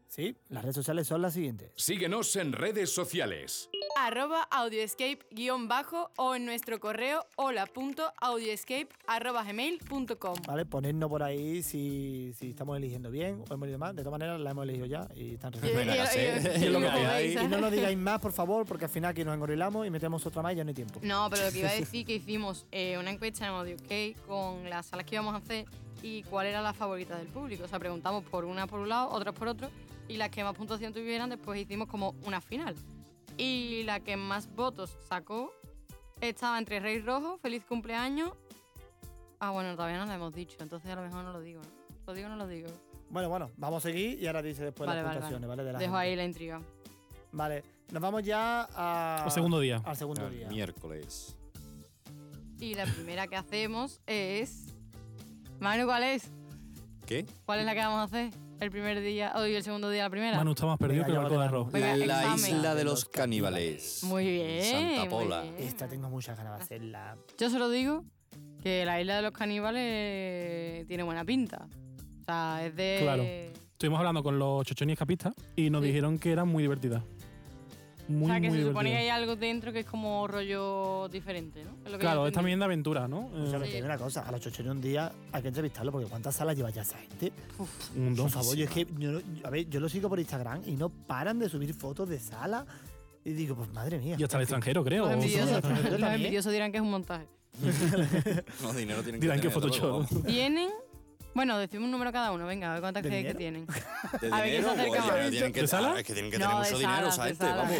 S4: Sí, las redes sociales son las siguientes.
S5: Síguenos en redes sociales.
S1: arroba audioescape-bajo o en nuestro correo hola.audioescape.gmail.com
S2: Ah,
S4: ¿Vale? Ponednos por ahí si, si estamos eligiendo bien o hemos elegido mal. De todas maneras, la hemos elegido ya y están resueltas.
S2: Bueno, sí,
S1: y-
S2: [LAUGHS] es lo
S1: y
S2: que
S1: como
S2: hay
S1: veis,
S2: ahí.
S4: Y
S1: ¿sabes?
S4: no nos digáis más, por favor, porque al final aquí nos engorilamos y metemos otra más y ya no hay tiempo.
S1: No, pero lo que
S4: [LAUGHS]
S1: iba a decir que hicimos eh, una encuesta en Audio con las salas que íbamos a hacer y cuál era la favorita del público. O sea, preguntamos por una por un lado, otras por otro, y las que más puntuación tuvieran después hicimos como una final. Y la que más votos sacó estaba entre Rey Rojo, Feliz Cumpleaños. Ah, bueno, todavía no lo hemos dicho, entonces a lo mejor no lo digo. ¿no? ¿Lo digo o no lo digo?
S4: Bueno, bueno, vamos a seguir y ahora dice después
S1: Vale,
S4: las
S1: vale,
S4: puntuaciones, ¿vale? De la
S1: Dejo
S4: gente.
S1: ahí la intriga.
S4: Vale, nos vamos ya
S1: Ah.
S4: a,
S3: Al segundo día.
S4: al segundo
S2: El
S4: día.
S2: miércoles.
S1: Y la primera que hacemos es. Manu, ¿cuál es?
S2: ¿Qué?
S1: ¿Cuál es la que vamos a hacer? El primer día, hoy el segundo día, la primera.
S3: Manu está más perdido
S4: Venga,
S3: que el
S4: ya
S3: barco de
S4: veremos.
S3: arroz.
S1: Venga,
S2: la
S1: examen.
S2: isla de los caníbales.
S1: muy bien.
S2: Santa
S1: muy
S2: Pola.
S1: bien.
S4: Esta tengo muchas ganas de hacerla.
S3: Eh.
S1: Yo solo digo que la isla de los caníbales tiene buena pinta. O sea, es de.
S3: Claro. Estuvimos hablando con los chochones capistas y nos
S1: Sí.
S3: dijeron que eran muy divertidas. Muy,
S1: o sea, que
S3: muy
S1: se supone que
S3: divertidas.
S1: hay algo dentro que es como rollo diferente, ¿no? Es lo que
S3: Claro,
S1: yo
S3: es
S1: entendí.
S3: también de aventura, ¿no?
S4: O sea,
S3: Eh,
S4: me te digo una cosa, a los chochones un día hay que entrevistarlo porque ¿cuántas salas lleva ya esa gente?
S3: Eh, un
S4: Por
S1: [LAUGHS]
S3: dos.
S4: favor, yo es que yo, no- a ver, yo lo sigo por Instagram y no paran de subir fotos de sala y digo, pues madre mía.
S3: Y hasta el
S4: En fin.
S3: extranjero, creo.
S1: Los
S3: o-
S1: envidiosos,
S4: Yo
S1: los
S4: también.
S1: envidiosos dirán que es un montaje.
S2: No, dinero tienen
S3: [LAUGHS] Dirán
S2: que
S3: que
S2: tener, desde luego,
S3: Photoshop.
S2: vamos.
S1: Tienen. Bueno, decimos un número cada uno, venga, a ver cuántas
S4: ¿De
S1: crees que
S4: dinero?
S1: tienen.
S2: De
S1: [LAUGHS] A ver, ¿quién
S2: dinero,
S1: se acerca
S2: oye,
S1: más?
S2: pero tienen que,
S3: ¿De sala?
S2: Ah, es que tienen que
S1: No,
S2: tener
S1: de
S2: mucho dinero,
S1: salas, de
S2: Saete,
S1: salas.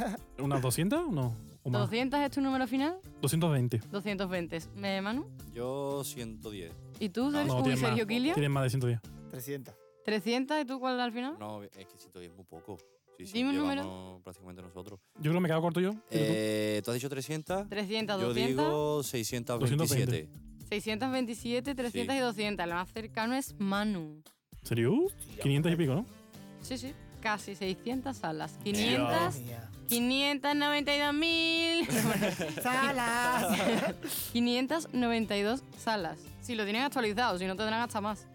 S2: vamos.
S1: [LAUGHS]
S3: [LAUGHS] ¿Unas 200? No. o más.
S1: 200 es tu número final,
S3: 220.
S1: 220. ¿Me Manu?
S2: Yo 110.
S1: ¿Y tú, Sergio,
S3: No,
S1: Uy,
S3: tienen
S1: Sergio
S3: más.
S1: Quilia?
S3: Tienen más de 110.
S4: 300.
S1: 300 y tú cuál al final?
S2: No, es que 110 es muy poco. Sí, sí,
S1: Dime un número.
S2: llevamos prácticamente nosotros.
S3: Yo creo que me quedo corto yo. pero tú.
S2: Eh, ¿Tú has dicho 300?
S1: 300,
S2: Yo
S1: 200,
S2: digo 627.
S1: 627, 300 y 200. El más cercano es Manu.
S3: ¿En serio? 500 y pico, ¿no?
S1: Sí, sí. Casi 600 salas.
S4: Madre
S1: 500,
S4: mía.
S1: [LAUGHS] 592.000. [LAUGHS]
S4: ¡Salas!
S1: 592 salas. Si lo tienen actualizado, si no tendrán hasta más.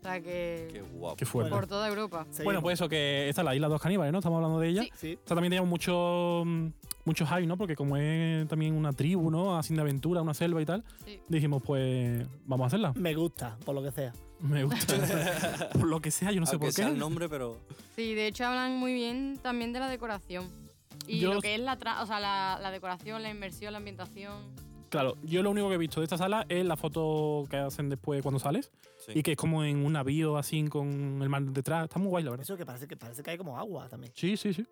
S1: O sea
S2: Qué
S1: que
S2: guapo.
S3: Qué fuerte.
S1: por toda Europa.
S3: Bueno, pues eso, que esta es la isla de los caníbales, ¿no? Estamos hablando de ella.
S1: Sí.
S4: Sí.
S3: Esta también tenemos mucho, mm, mucho hype, ¿no? Porque como es también una tribu, ¿no? Así de aventura, una selva y tal,
S1: Sí.
S3: dijimos, pues vamos a hacerla. [LAUGHS]
S4: Me gusta, por lo que sea.
S3: Me
S2: [LAUGHS]
S3: gusta. por lo que sea, yo no sé
S2: Aunque
S3: por qué.
S2: sea el nombre, pero
S1: Sí, de hecho hablan muy bien también de la decoración. Y
S3: Yo-
S1: lo que es la, tra- o sea, la, la decoración, la inversión,
S2: [LAUGHS]
S1: la ambientación.
S3: Claro, yo lo único que he visto de esta sala es la foto que hacen después cuando sales
S2: sí. [LAUGHS]
S3: y que es como en un navío así con el mar detrás. Está muy guay, la verdad.
S4: Eso que parece que parece que hay como agua también.
S3: Sí, sí, sí.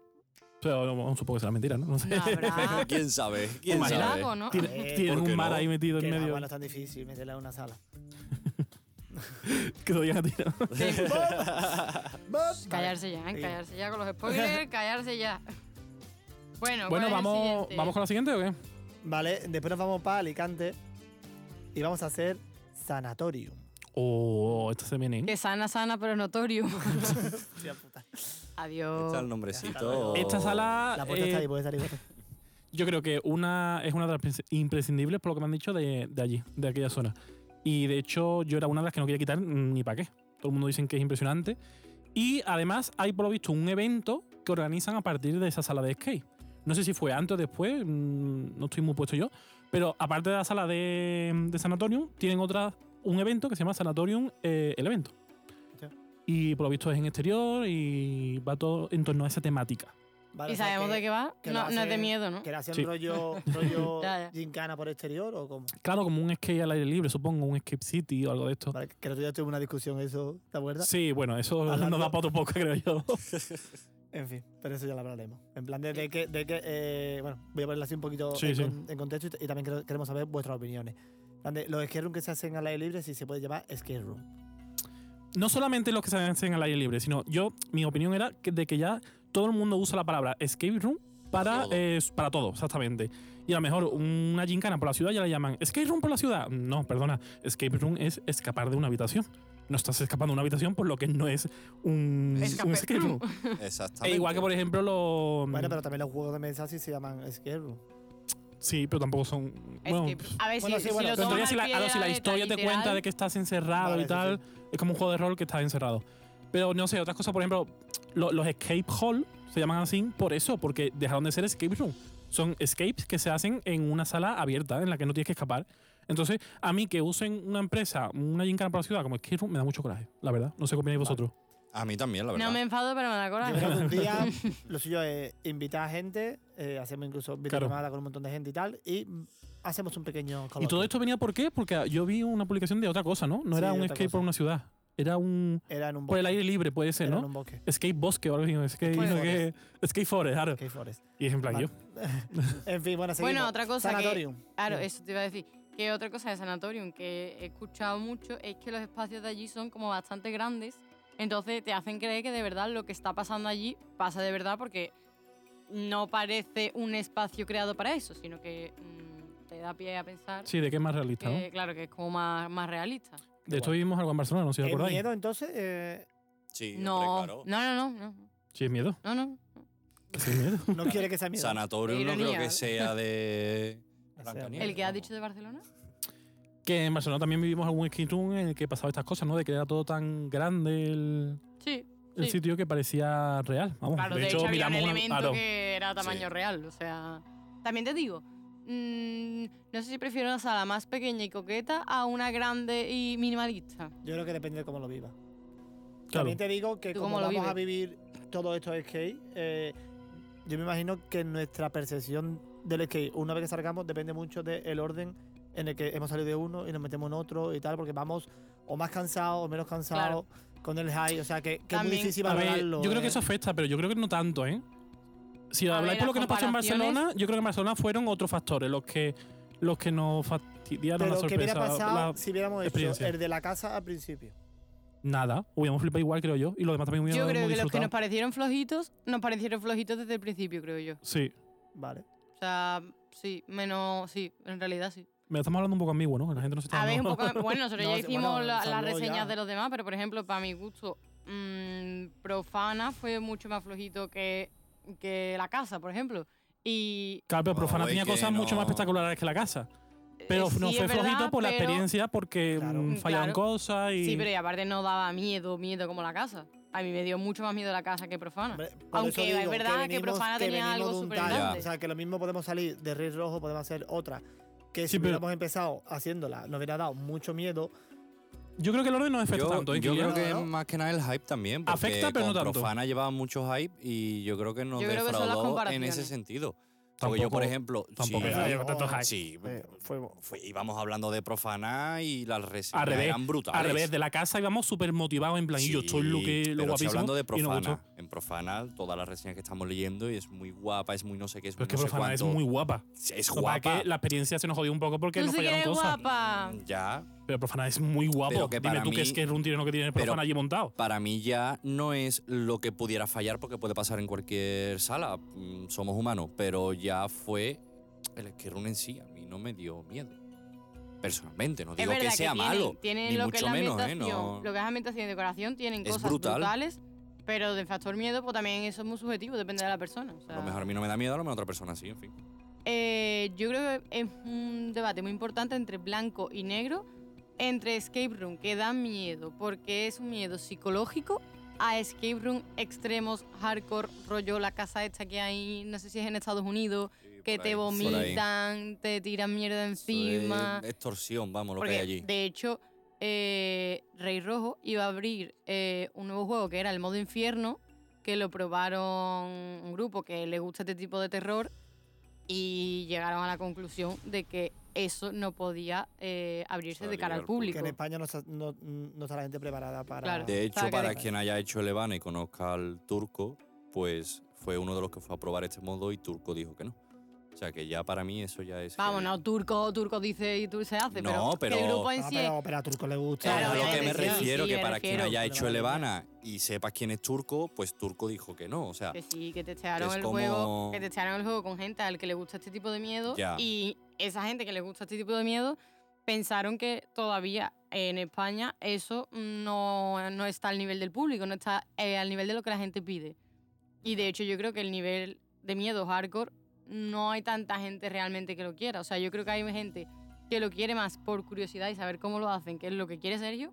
S3: Pero no, supongo que será mentira, ¿no? No sé.
S1: No habrá
S2: Ah, quién sabe, quién
S1: un
S3: Imagina-
S2: sabe.
S1: lago, ¿no? [LAUGHS]
S3: Tiene-
S4: Eh,
S3: [LAUGHS] Tienen
S2: ¿por qué
S3: un mar
S2: no?
S3: ahí metido
S4: Que
S3: en
S4: el
S3: medio.
S4: agua no es tan difícil meterla en una
S3: [LAUGHS]
S4: sala.
S3: Que todavía no tira.
S4: Vale.
S1: Callarse ya, ¿eh?
S4: Sí.
S1: callarse ya con los spoilers, callarse ya. Bueno, ¿cuál
S3: Bueno,
S1: es el
S3: vamos,
S1: siguiente?
S3: ¿vamos con la siguiente o qué?
S4: Vale, después nos vamos para Alicante y vamos a hacer
S3: [LAUGHS]
S4: sanatorium. [LAUGHS]
S3: Oh, esta se viene. ¿eh?
S1: Que sana, sana, pero es notorio.
S4: Hostia puta.
S1: Adiós.
S2: Está el nombrecito.
S3: Esta sala.
S4: La puerta está
S3: eh,
S4: ahí, puede salir. otra.
S3: Yo creo que una es una de las pres- imprescindibles, por lo que me han dicho, de, de allí, de aquella zona. Y de hecho, yo era una de las que no quería quitar mm, ni para qué. Todo el mundo dicen que es impresionante. Y además hay por lo visto un evento que organizan a partir de esa sala de skate. No sé si fue antes o después, mm, no estoy muy puesto yo, pero aparte de la sala de, de Sanatorium, tienen otra, un evento que se llama Sanatorium eh, el evento.
S4: Hostia.
S3: Y por lo visto es en exterior y va todo en torno a esa temática.
S4: Vale,
S1: ¿Y
S4: o sea
S1: sabemos
S4: que-
S1: de qué va?
S4: que lo
S1: no, no es de
S4: hacen-
S1: miedo, ¿no?
S4: ¿Que le hacen
S3: Sí.
S1: [LAUGHS]
S4: rollo, rollo
S1: Ya, ya.
S4: gincana por exterior o cómo?
S3: Claro, como un skate al aire libre, supongo, un escape city o algo de esto.
S4: Vale, que el otro día tuve una discusión eso, ¿te acuerdas?
S3: Sí, bueno, eso
S4: Hablando-
S3: nos da para otro poco, [LAUGHS] creo yo.
S4: En fin, pero eso ya lo hablaremos. En plan de, de que, de que eh, bueno, voy a ponerlo así un poquito
S3: Sí,
S4: en,
S3: sí.
S4: con- en contexto y, t- y también quero- queremos saber vuestras opiniones. En plan de, los skate room que se hacen al aire libre, si se puede llamar skate room.
S3: no solamente los que se hacen al aire libre, sino yo, mi opinión era que- de que ya todo el mundo usa la palabra escape room para
S2: Todo.
S3: eh, para todo, exactamente. Y a lo mejor una gincana por la ciudad ya la llaman escape room por la ciudad. No, perdona, escape room es escapar de una habitación. No estás escapando de una habitación, por lo que no es un, un
S1: Escape
S3: escape room.
S2: Exactamente.
S3: E igual que, por ejemplo, los.
S4: Bueno, pero también los juegos de mesa sí se llaman skate room.
S3: Sí, pero tampoco son. Bueno,
S1: Escape room. a ver,
S4: Bueno,
S1: si,
S4: sí,
S1: si
S4: bueno,
S1: lo
S3: Pero
S1: tomas
S3: entonces,
S1: al
S3: si la,
S1: pie
S3: ah, no,
S1: de
S3: si la
S1: letra
S3: historia te cuenta
S1: literal,
S3: de que estás encerrado
S4: Vale,
S3: y
S4: sí,
S3: tal, es como un juego de rol que estás encerrado. Pero no sé, otras cosas, por ejemplo, lo- los escape hall se llaman así por eso, porque dejaron de ser escape room. Son escapes que se hacen en una sala abierta en la que no tienes que escapar. Entonces, a mí que usen una empresa, una gincana para la ciudad como escape room, me da mucho coraje, la verdad. No sé qué opináis vosotros.
S2: A mí también, la verdad.
S1: No me enfado, pero me da
S4: Yo creo
S1: coraje.
S4: que un
S1: [LAUGHS]
S4: día lo suyo es invitar a gente, eh, hacemos incluso videollamada con un montón de gente y tal, y mm, hacemos un pequeño
S3: ¿Y todo
S4: coloquio.
S3: esto venía por qué? Porque yo vi una publicación de otra cosa, ¿no? No
S4: Sí,
S3: era un
S4: otra
S3: escape
S4: cosa.
S3: por una ciudad. Era un...
S4: Era en un
S3: Por
S4: bosque.
S3: el aire libre, puede ser,
S4: era
S3: ¿no?
S4: en un bosque.
S3: Skate Bosque o algo así, Skate,
S4: Skate
S3: no sé qué, skate Forest, claro.
S4: Skate Forest.
S3: Y es en plan,
S4: Vale.
S3: yo.
S4: [LAUGHS] en fin, bueno, seguimos.
S1: Bueno, otra cosa que-
S4: Sanatorium.
S1: Claro,
S4: Sí.
S1: eso te iba a decir. Que otra cosa de sanatorium que he escuchado mucho es que los espacios de allí son como bastante grandes. Entonces te hacen creer que de verdad lo que está pasando allí pasa de verdad porque no parece un espacio creado para eso, sino que mm, te da pie a pensar
S3: Sí, de qué es más realista, ¿no?
S1: que, claro, que es como más, más realista.
S3: De esto vivimos algo en Barcelona, no sé si os
S4: ¿El
S3: acordáis.
S4: miedo entonces? eh,
S2: Sí,
S1: no,
S2: hombre, claro.
S1: no, no, no, no,
S3: Sí, es miedo.
S1: no, no.
S3: Que sí, es miedo.
S4: no quiere que sea miedo.
S2: Sanatorio no creo
S1: Ironía.
S2: que sea
S3: [LAUGHS]
S2: de. Blancanieves,
S1: ¿El que ha
S2: vamos.
S1: dicho de Barcelona?
S3: que en Barcelona también vivimos algún skate room en el que pasaba estas cosas, ¿no? De que era todo tan grande el,
S1: Sí.
S3: el
S1: Sí.
S3: sitio que parecía real. Vamos,
S1: Claro, de, hecho, había un
S3: miramos una-
S1: elemento
S3: claro.
S1: que era tamaño
S2: Sí.
S1: real, o sea... También te digo, mm, no sé si prefiero una sala más pequeña y coqueta a una grande y minimalista.
S4: Yo creo que depende de cómo lo viva.
S3: Claro.
S4: También te digo que
S1: ¿Tú
S4: como
S1: cómo lo
S4: vamos a vivir todo esto de skate, eh, yo me imagino que nuestra percepción del skate, una vez que salgamos, depende mucho del orden en el que hemos salido de uno y nos metemos en otro y tal, porque vamos o más cansados o menos cansados con el high, o sea que, que es muy
S1: También-
S4: difícil
S3: A ver,
S4: valorarlo.
S3: yo creo que
S4: eh.
S3: eso afecta, pero yo creo que no tanto, ¿eh? Si
S1: A
S3: habláis
S1: ver,
S3: por lo
S1: las
S3: que nos pasó en
S1: comparaciones-
S3: Barcelona, yo creo que en Barcelona fueron otros factores los que, los que nos fastidiaron la
S4: Pero ¿qué
S3: sorpresa.
S4: hubiera pasado
S3: la-
S4: si hubiéramos hecho
S3: experiencia.
S4: el de la casa al principio?
S3: Nada, hubiéramos flipado igual, creo yo. Y los demás también
S1: yo
S3: hubiéramos
S1: creo que los que
S3: disfrutado.
S1: nos parecieron flojitos, nos parecieron flojitos desde el principio, creo yo.
S3: Sí.
S4: Vale.
S1: O sea, sí, menos... Sí, en realidad sí.
S3: Me estamos hablando un poco ambiguo, ¿no? La gente no se está
S1: A ver, un
S3: dando- [LAUGHS]
S1: poco... Bueno, nosotros
S4: No,
S1: ya
S4: sí,
S1: hicimos
S4: bueno,
S1: la-
S4: se
S1: las
S4: habló
S1: reseñas
S4: ya.
S1: de los demás, pero por ejemplo, para mi gusto, mm, Profana fue mucho más flojito que, que La Casa, por ejemplo. Y
S3: Claro, pero
S2: Bueno,
S3: Profana
S2: güey,
S3: tenía
S2: que
S3: cosas mucho
S2: no-
S3: más espectaculares que la casa. Pero
S1: Eh,
S3: no
S1: sí,
S3: fue
S1: es verdad,
S3: flojito por la
S1: pero-
S3: experiencia, porque
S4: Claro.
S3: mm, fallaban
S1: Claro.
S3: cosas y.
S1: Sí, pero y aparte no daba miedo, miedo como la casa. A mí me dio mucho más miedo la casa que profana.
S4: Hombre, por
S1: Aunque
S4: eso
S1: es
S4: digo
S1: verdad que Profana tenía
S4: venimos
S1: algo
S4: de un
S1: súper
S4: tal,
S1: grande.
S4: O sea, que lo mismo podemos salir de Rey Rojo, podemos hacer otra. Que si
S3: Sí, pero-
S4: hubiéramos empezado haciéndola, nos hubiera dado mucho miedo.
S3: Yo creo que el orden no afecta
S2: Yo,
S3: tanto. ¿eh,
S2: yo
S3: Kilian?
S2: creo que
S4: ¿no?
S2: es más que nada el hype también. Porque
S3: Afecta, pero no
S2: con
S3: tanto.
S2: Profana llevaba mucho hype y yo creo que nos
S1: Yo creo que son las
S2: defraudó en
S1: comparaciones.
S2: ese sentido. Porque yo, por
S3: Tampoco-
S2: ejemplo.
S3: Tampoco
S2: sí,
S3: era-
S4: yo-
S3: lleva tanto hype.
S2: sí,
S4: Eh, fue-
S2: fue- íbamos hablando de Profana y las reseñas
S3: Al revés,
S2: eran brutales.
S3: Al revés, de la casa íbamos súper motivados, en plan, y yo estoy lo
S2: Sí,
S3: que lo
S2: pero estoy
S3: guapísimo.
S2: hablando de
S3: y nos gustó.
S2: Profana. En Profana, todas las reseñas que estamos leyendo y es muy guapa, es muy no sé qué, es muy
S3: Pero es que
S2: no sé
S3: Profana es
S2: cuánto.
S3: muy guapa.
S2: Es
S3: Lo que pasa
S2: guapa.
S3: es que la experiencia se nos jodió un poco porque
S1: Tú
S3: nos
S1: sí que
S3: fallaron
S1: eres
S3: cosas.
S1: guapa.
S2: Ya,
S3: Pero Profana es muy guapo.
S2: Pero que
S3: Dime
S2: para
S3: tú qué
S2: mí-
S3: es que es un tireno que tiene
S2: pero-
S3: Profana allí montado.
S2: para mí ya no es lo que pudiera fallar porque puede pasar en cualquier sala, mm, somos humanos, pero ya fue el skate room en sí, a mí no me dio miedo. Personalmente, no digo
S1: es
S2: que
S1: verdad
S2: sea
S1: tienen-
S2: malo,
S1: tienen
S2: ni
S1: lo que es
S2: mucho
S1: la
S2: menos, ¿eh?
S1: ambientación,
S2: No.
S1: Lo que es ambientación y decoración tienen
S2: Es
S1: cosas
S2: brutal.
S1: brutales, pero del factor miedo, pues también eso es muy subjetivo, depende de la persona. o
S2: A
S1: sea.
S2: lo mejor a mí no me da miedo, a lo mejor a otra persona sí, en fin.
S1: Eh, yo creo que es un debate muy importante entre blanco y negro, entre escape room, que da miedo porque es un miedo psicológico a escape room extremos, hardcore, rollo la casa esta que hay, no sé si es en Estados Unidos, que te vomitan, te tiran mierda encima.
S2: extorsión, vamos, lo que
S1: Porque,
S2: hay allí.
S1: De hecho, eh, Rey Rojo iba a abrir eh, un nuevo juego que era el modo infierno, que lo probaron un grupo que le gusta este tipo de terror y llegaron a la conclusión de que eso no podía eh, abrirse de
S2: Salir
S1: cara
S2: al
S1: al
S2: público.
S1: público.
S4: Que en España no está, no- no está la gente preparada para.
S1: Claro.
S2: De hecho,
S1: Para que
S2: para
S1: le-
S2: quien haya hecho el Evane y conozca al turco, pues fue uno de los que fue a probar este modo y turco dijo que no. O sea que ya para mí eso ya es.
S1: Vamos,
S2: heavy.
S1: no, turco, turco dice y tú se hace,
S2: No,
S1: pero, que el
S2: pero-
S1: grupo en
S4: No,
S1: sí
S4: Ah, pero, pero a Turco le gusta.
S2: No,
S1: Claro,
S2: a lo que
S1: obviamente,
S2: me
S1: sí,
S2: refiero,
S1: sí,
S2: que
S1: me
S2: para quien
S1: refiero.
S2: haya hecho el
S4: Pero vale,
S2: Evana y sepa quién es turco, pues turco dijo que no. O sea,
S1: Que sí, que testearon
S2: Ah. es
S1: el juego,
S2: como-
S1: que testearon el juego con gente al que le gusta este tipo de miedo
S2: Ya.
S1: y esa gente que le gusta este tipo de miedo pensaron que todavía en España eso no, no está al nivel del público, no está eh, al nivel de lo que la gente pide. Y de hecho yo creo que el nivel de miedo hardcore no hay tanta gente realmente que lo quiera. O sea, yo creo que hay gente que lo quiere más por curiosidad y saber cómo lo hacen, que es lo que quiere Sergio,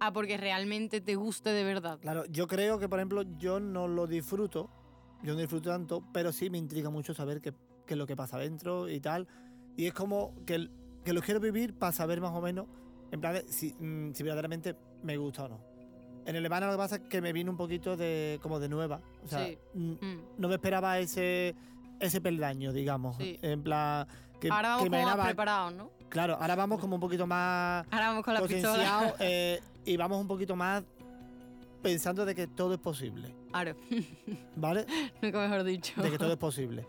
S1: a porque realmente te guste de verdad.
S4: Claro, yo creo que, por ejemplo, yo no lo disfruto, yo no disfruto tanto, pero sí me intriga mucho saber qué, qué es lo que pasa adentro y tal. Y es como que, el- que lo quiero vivir para saber más o menos, en plan, de si, mm, si verdaderamente me gusta o no. En el Evana lo que pasa es que me vino un poquito de como de nueva. O sea,
S1: Sí.
S4: mm,
S1: Mm.
S4: no me esperaba ese, ese peldaño, digamos.
S1: Sí.
S4: En plan, que,
S1: Ahora vamos
S4: que
S1: como más
S4: imaginaba-
S1: preparados, ¿no?
S4: Claro, ahora vamos como un poquito más
S1: Ahora vamos con la pistola.
S4: potenciado, eh, y vamos un poquito más pensando de que todo es posible,
S1: Ahora, [LAUGHS]
S4: ¿vale?
S1: nunca mejor dicho.
S4: De que todo es posible.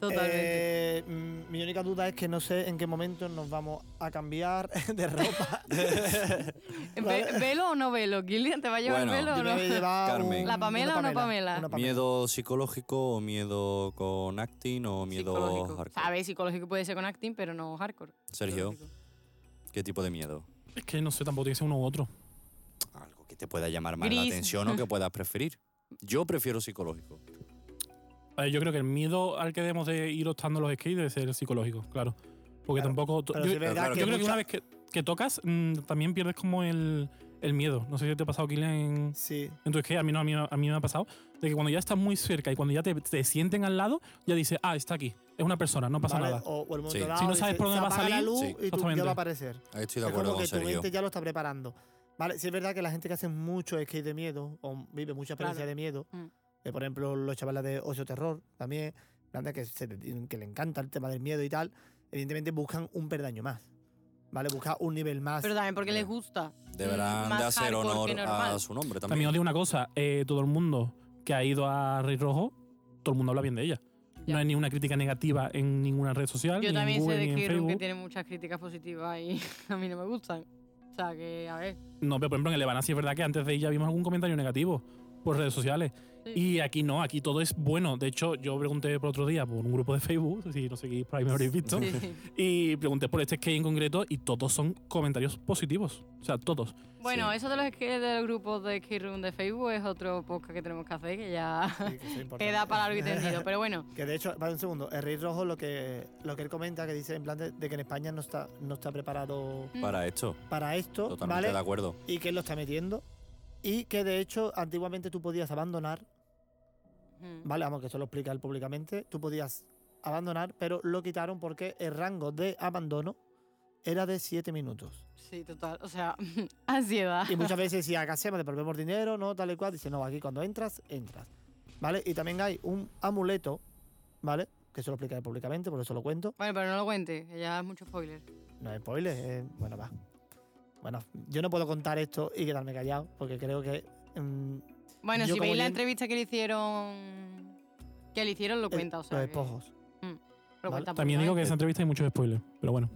S1: [LAUGHS] Totalmente.
S4: Eh, mm, mi única duda es que no sé en qué momento nos vamos a cambiar [LAUGHS] de ropa.
S1: Ve-
S4: vale.
S1: ¿Velo o no velo? Gillian, ¿te va a llevar
S2: Bueno,
S1: velo
S4: Yo
S1: o
S4: me
S1: [LAUGHS] no?
S4: voy a llevar
S2: Carmen.
S4: un-
S1: ¿La Pamela
S4: una
S1: o no Pamela?
S4: Una
S2: ¿Miedo psicológico o miedo con acting o miedo
S1: Psicológico.
S2: hardcore?
S1: A ver, psicológico puede ser con acting, pero no hardcore.
S2: Sergio,
S1: Psicológico.
S2: ¿qué tipo de miedo?
S3: Es que no sé, tampoco tiene que ser uno u otro.
S2: Algo que te pueda llamar más la
S1: Gris.
S2: atención
S1: [LAUGHS]
S2: o que puedas preferir. Yo prefiero psicológico.
S3: A ver, Eh, yo creo que el miedo al que debemos de ir optando los skates debe ser el psicológico, claro. Porque
S4: Claro,
S3: tampoco... to-
S4: Pero
S3: yo,
S4: sí es verdad
S2: claro,
S3: yo
S4: que,
S3: creo que
S4: mucha-
S3: una vez que, que tocas, mm, también pierdes como el, el miedo. No sé si te ha pasado, Kilian, en,
S4: Sí,
S3: Entonces, que a mí, no, a, mí, no- a mí me ha pasado de que cuando ya estás muy cerca y cuando ya te, te sienten al lado, ya dices, ah, está aquí, es una persona, no pasa
S4: ¿vale?
S3: nada.
S4: O, o el momento
S2: Sí.
S4: dado
S3: Si no sabes
S4: dice,
S3: por dónde
S4: se
S3: va a
S4: apaga la
S3: salir,
S4: luz
S2: Sí.
S4: y tú ya
S3: Exactamente.
S4: va a aparecer.
S2: Estoy de
S4: Es
S2: acuerdo
S4: como
S2: con
S4: que tu
S2: Sergio.
S4: mente ya lo está preparando. Vale, sí es verdad que la gente que hace mucho skate de miedo, o vive mucha experiencia
S1: Claro.
S4: de miedo,
S1: Mm.
S4: eh, por ejemplo, los chavales de Ocio Terror también, grandes que, se, que le encanta el tema del miedo y tal, evidentemente buscan un perdaño más. ¿Vale? Buscar un nivel más.
S1: Pero también porque les gusta. Mm,
S2: Deberán
S1: más
S2: de hacer
S1: hardcore que
S2: honor
S1: normal.
S2: a su nombre
S3: También
S2: también.
S3: os digo una cosa, eh, todo el mundo que ha ido a Rey Rojo, todo el mundo habla bien de ella.
S1: Ya.
S3: No hay ni una crítica negativa en ninguna red social,
S1: Yo
S3: ni en
S1: también sé
S3: Google,
S1: de
S3: ni en
S1: Skate Room que
S3: Facebook.
S1: tiene muchas críticas positivas y [LAUGHS] a mí no me gustan. O sea que, a ver.
S3: No, pero por ejemplo en el Evana sí es verdad que antes de ella vimos algún comentario negativo por redes sociales.
S1: Sí.
S3: Y aquí no, aquí todo es bueno. De hecho, yo pregunté por otro día por un grupo de Facebook, si no seguís por ahí me habréis visto. [LAUGHS]
S1: Sí, sí.
S3: Y pregunté por este skate en concreto y todos son comentarios positivos. O sea, todos.
S1: Bueno,
S2: Sí.
S1: eso de los, skate- de los grupos de Skate Room de Facebook es otro podcast que tenemos que hacer que
S3: [LAUGHS]
S1: ya
S4: Sí, que eso es importante.
S1: [LAUGHS] queda para largo y tendido. Pero bueno,
S4: Que de hecho, para un segundo, el Rey Rojo lo que, lo que él comenta, que dice en plan de, de que en España no está, no está preparado
S1: Mm.
S2: Para esto,
S4: para esto,
S2: totalmente
S4: ¿vale?
S2: de acuerdo.
S4: y que él lo está metiendo. Y que de hecho, antiguamente tú podías abandonar,
S1: mm,
S4: ¿vale? Vamos, que eso lo explica él públicamente. Tú podías abandonar, pero lo quitaron porque el rango de abandono era de 7 minutos.
S1: sí, total. O sea, [LAUGHS] ansiedad.
S4: Y muchas veces decía, ¿qué hacemos? Devolvemos dinero, ¿no? Tal y cual. Dice, no, aquí cuando entras, entras. ¿Vale? Y también hay un amuleto, ¿vale? Que eso lo explica él públicamente, por eso lo cuento.
S1: Bueno, pero no lo cuente, que ya es mucho spoiler.
S4: No es spoiler, eh, bueno, va. Bueno, yo no puedo contar esto y quedarme callado, porque creo que mm,
S1: Bueno,
S4: Yo
S1: si
S4: como
S1: veis la
S4: oyente-
S1: entrevista que le hespojos. hicieron. Que le hicieron, lo
S4: el-
S1: cuenta, o sea.
S4: los
S1: que-
S4: espojos.
S1: lo ¿eh?
S4: vale.
S1: cuenta por
S3: También
S1: ahí.
S3: digo que en esa entrevista hay muchos spoilers, pero bueno.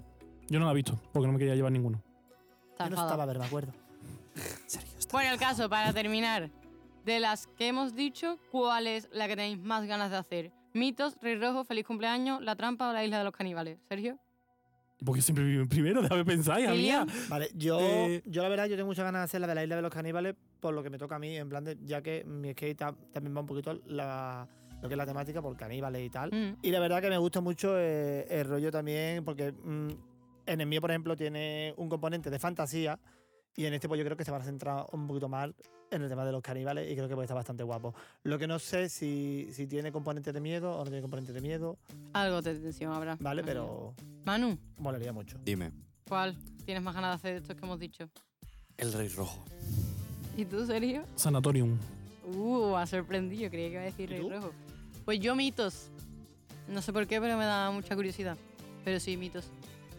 S3: Yo no la he visto porque no me quería llevar ninguno.
S1: Está
S4: Yo no
S1: enfadado.
S4: estaba a ver, me acuerdo.
S2: Sergio está-
S1: Bueno, el caso, para terminar. De las que hemos dicho, ¿cuál es la que tenéis más ganas de hacer? Mitos, Rey Rojo, Feliz Cumpleaños, La Trampa o La Isla de los Caníbales. Sergio.
S3: Porque siempre viven primero, déjame pensar, hija mía.
S1: Gillian.
S4: Vale, yo,
S3: Eh,
S4: yo la verdad, yo tengo muchas ganas de hacer la de la isla de los caníbales, por lo que me toca a mí, en plan de, ya que mi skate ta- también va un poquito la, lo que es la temática por caníbales y tal.
S1: Mm,
S4: Y la verdad que me gusta mucho eh, el rollo también, porque mm, en el mío, por ejemplo, tiene un componente de fantasía Y en este pues yo creo que se van a centrar un poquito más en el tema de los caníbales y creo que puede estar bastante guapo. Lo que no sé si, si tiene componente de miedo o no tiene componente de miedo,
S1: Algo de tensión habrá.
S4: ¿vale?
S1: imagino.
S4: Pero
S1: Manu,
S4: molaría mucho.
S2: Dime.
S1: ¿cuál tienes más ganas de hacer de estos que hemos dicho?
S2: El Rey Rojo.
S1: ¿Y tú, Sergio?
S3: Sanatorium.
S1: Uh, ha sorprendido, creía que iba a decir
S4: ¿Y
S1: Rey
S4: tú?
S1: Rojo. Pues yo mitos. No sé por qué, pero me da mucha curiosidad. Pero sí, mitos.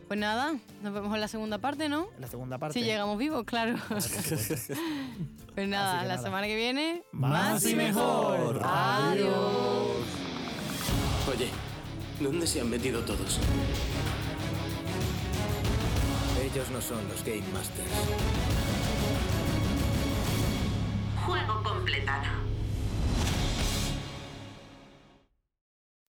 S1: Pues nada, nos vemos en la segunda parte, ¿no?
S4: En la segunda parte.
S1: Si llegamos vivos, claro. [LAUGHS] pues nada,
S4: que
S1: la
S4: nada.
S1: semana que viene,
S4: Más y mejor.
S1: Adiós.
S6: Oye, ¿dónde se han metido todos?
S7: Ellos no son los Game Masters.
S8: Juego completado.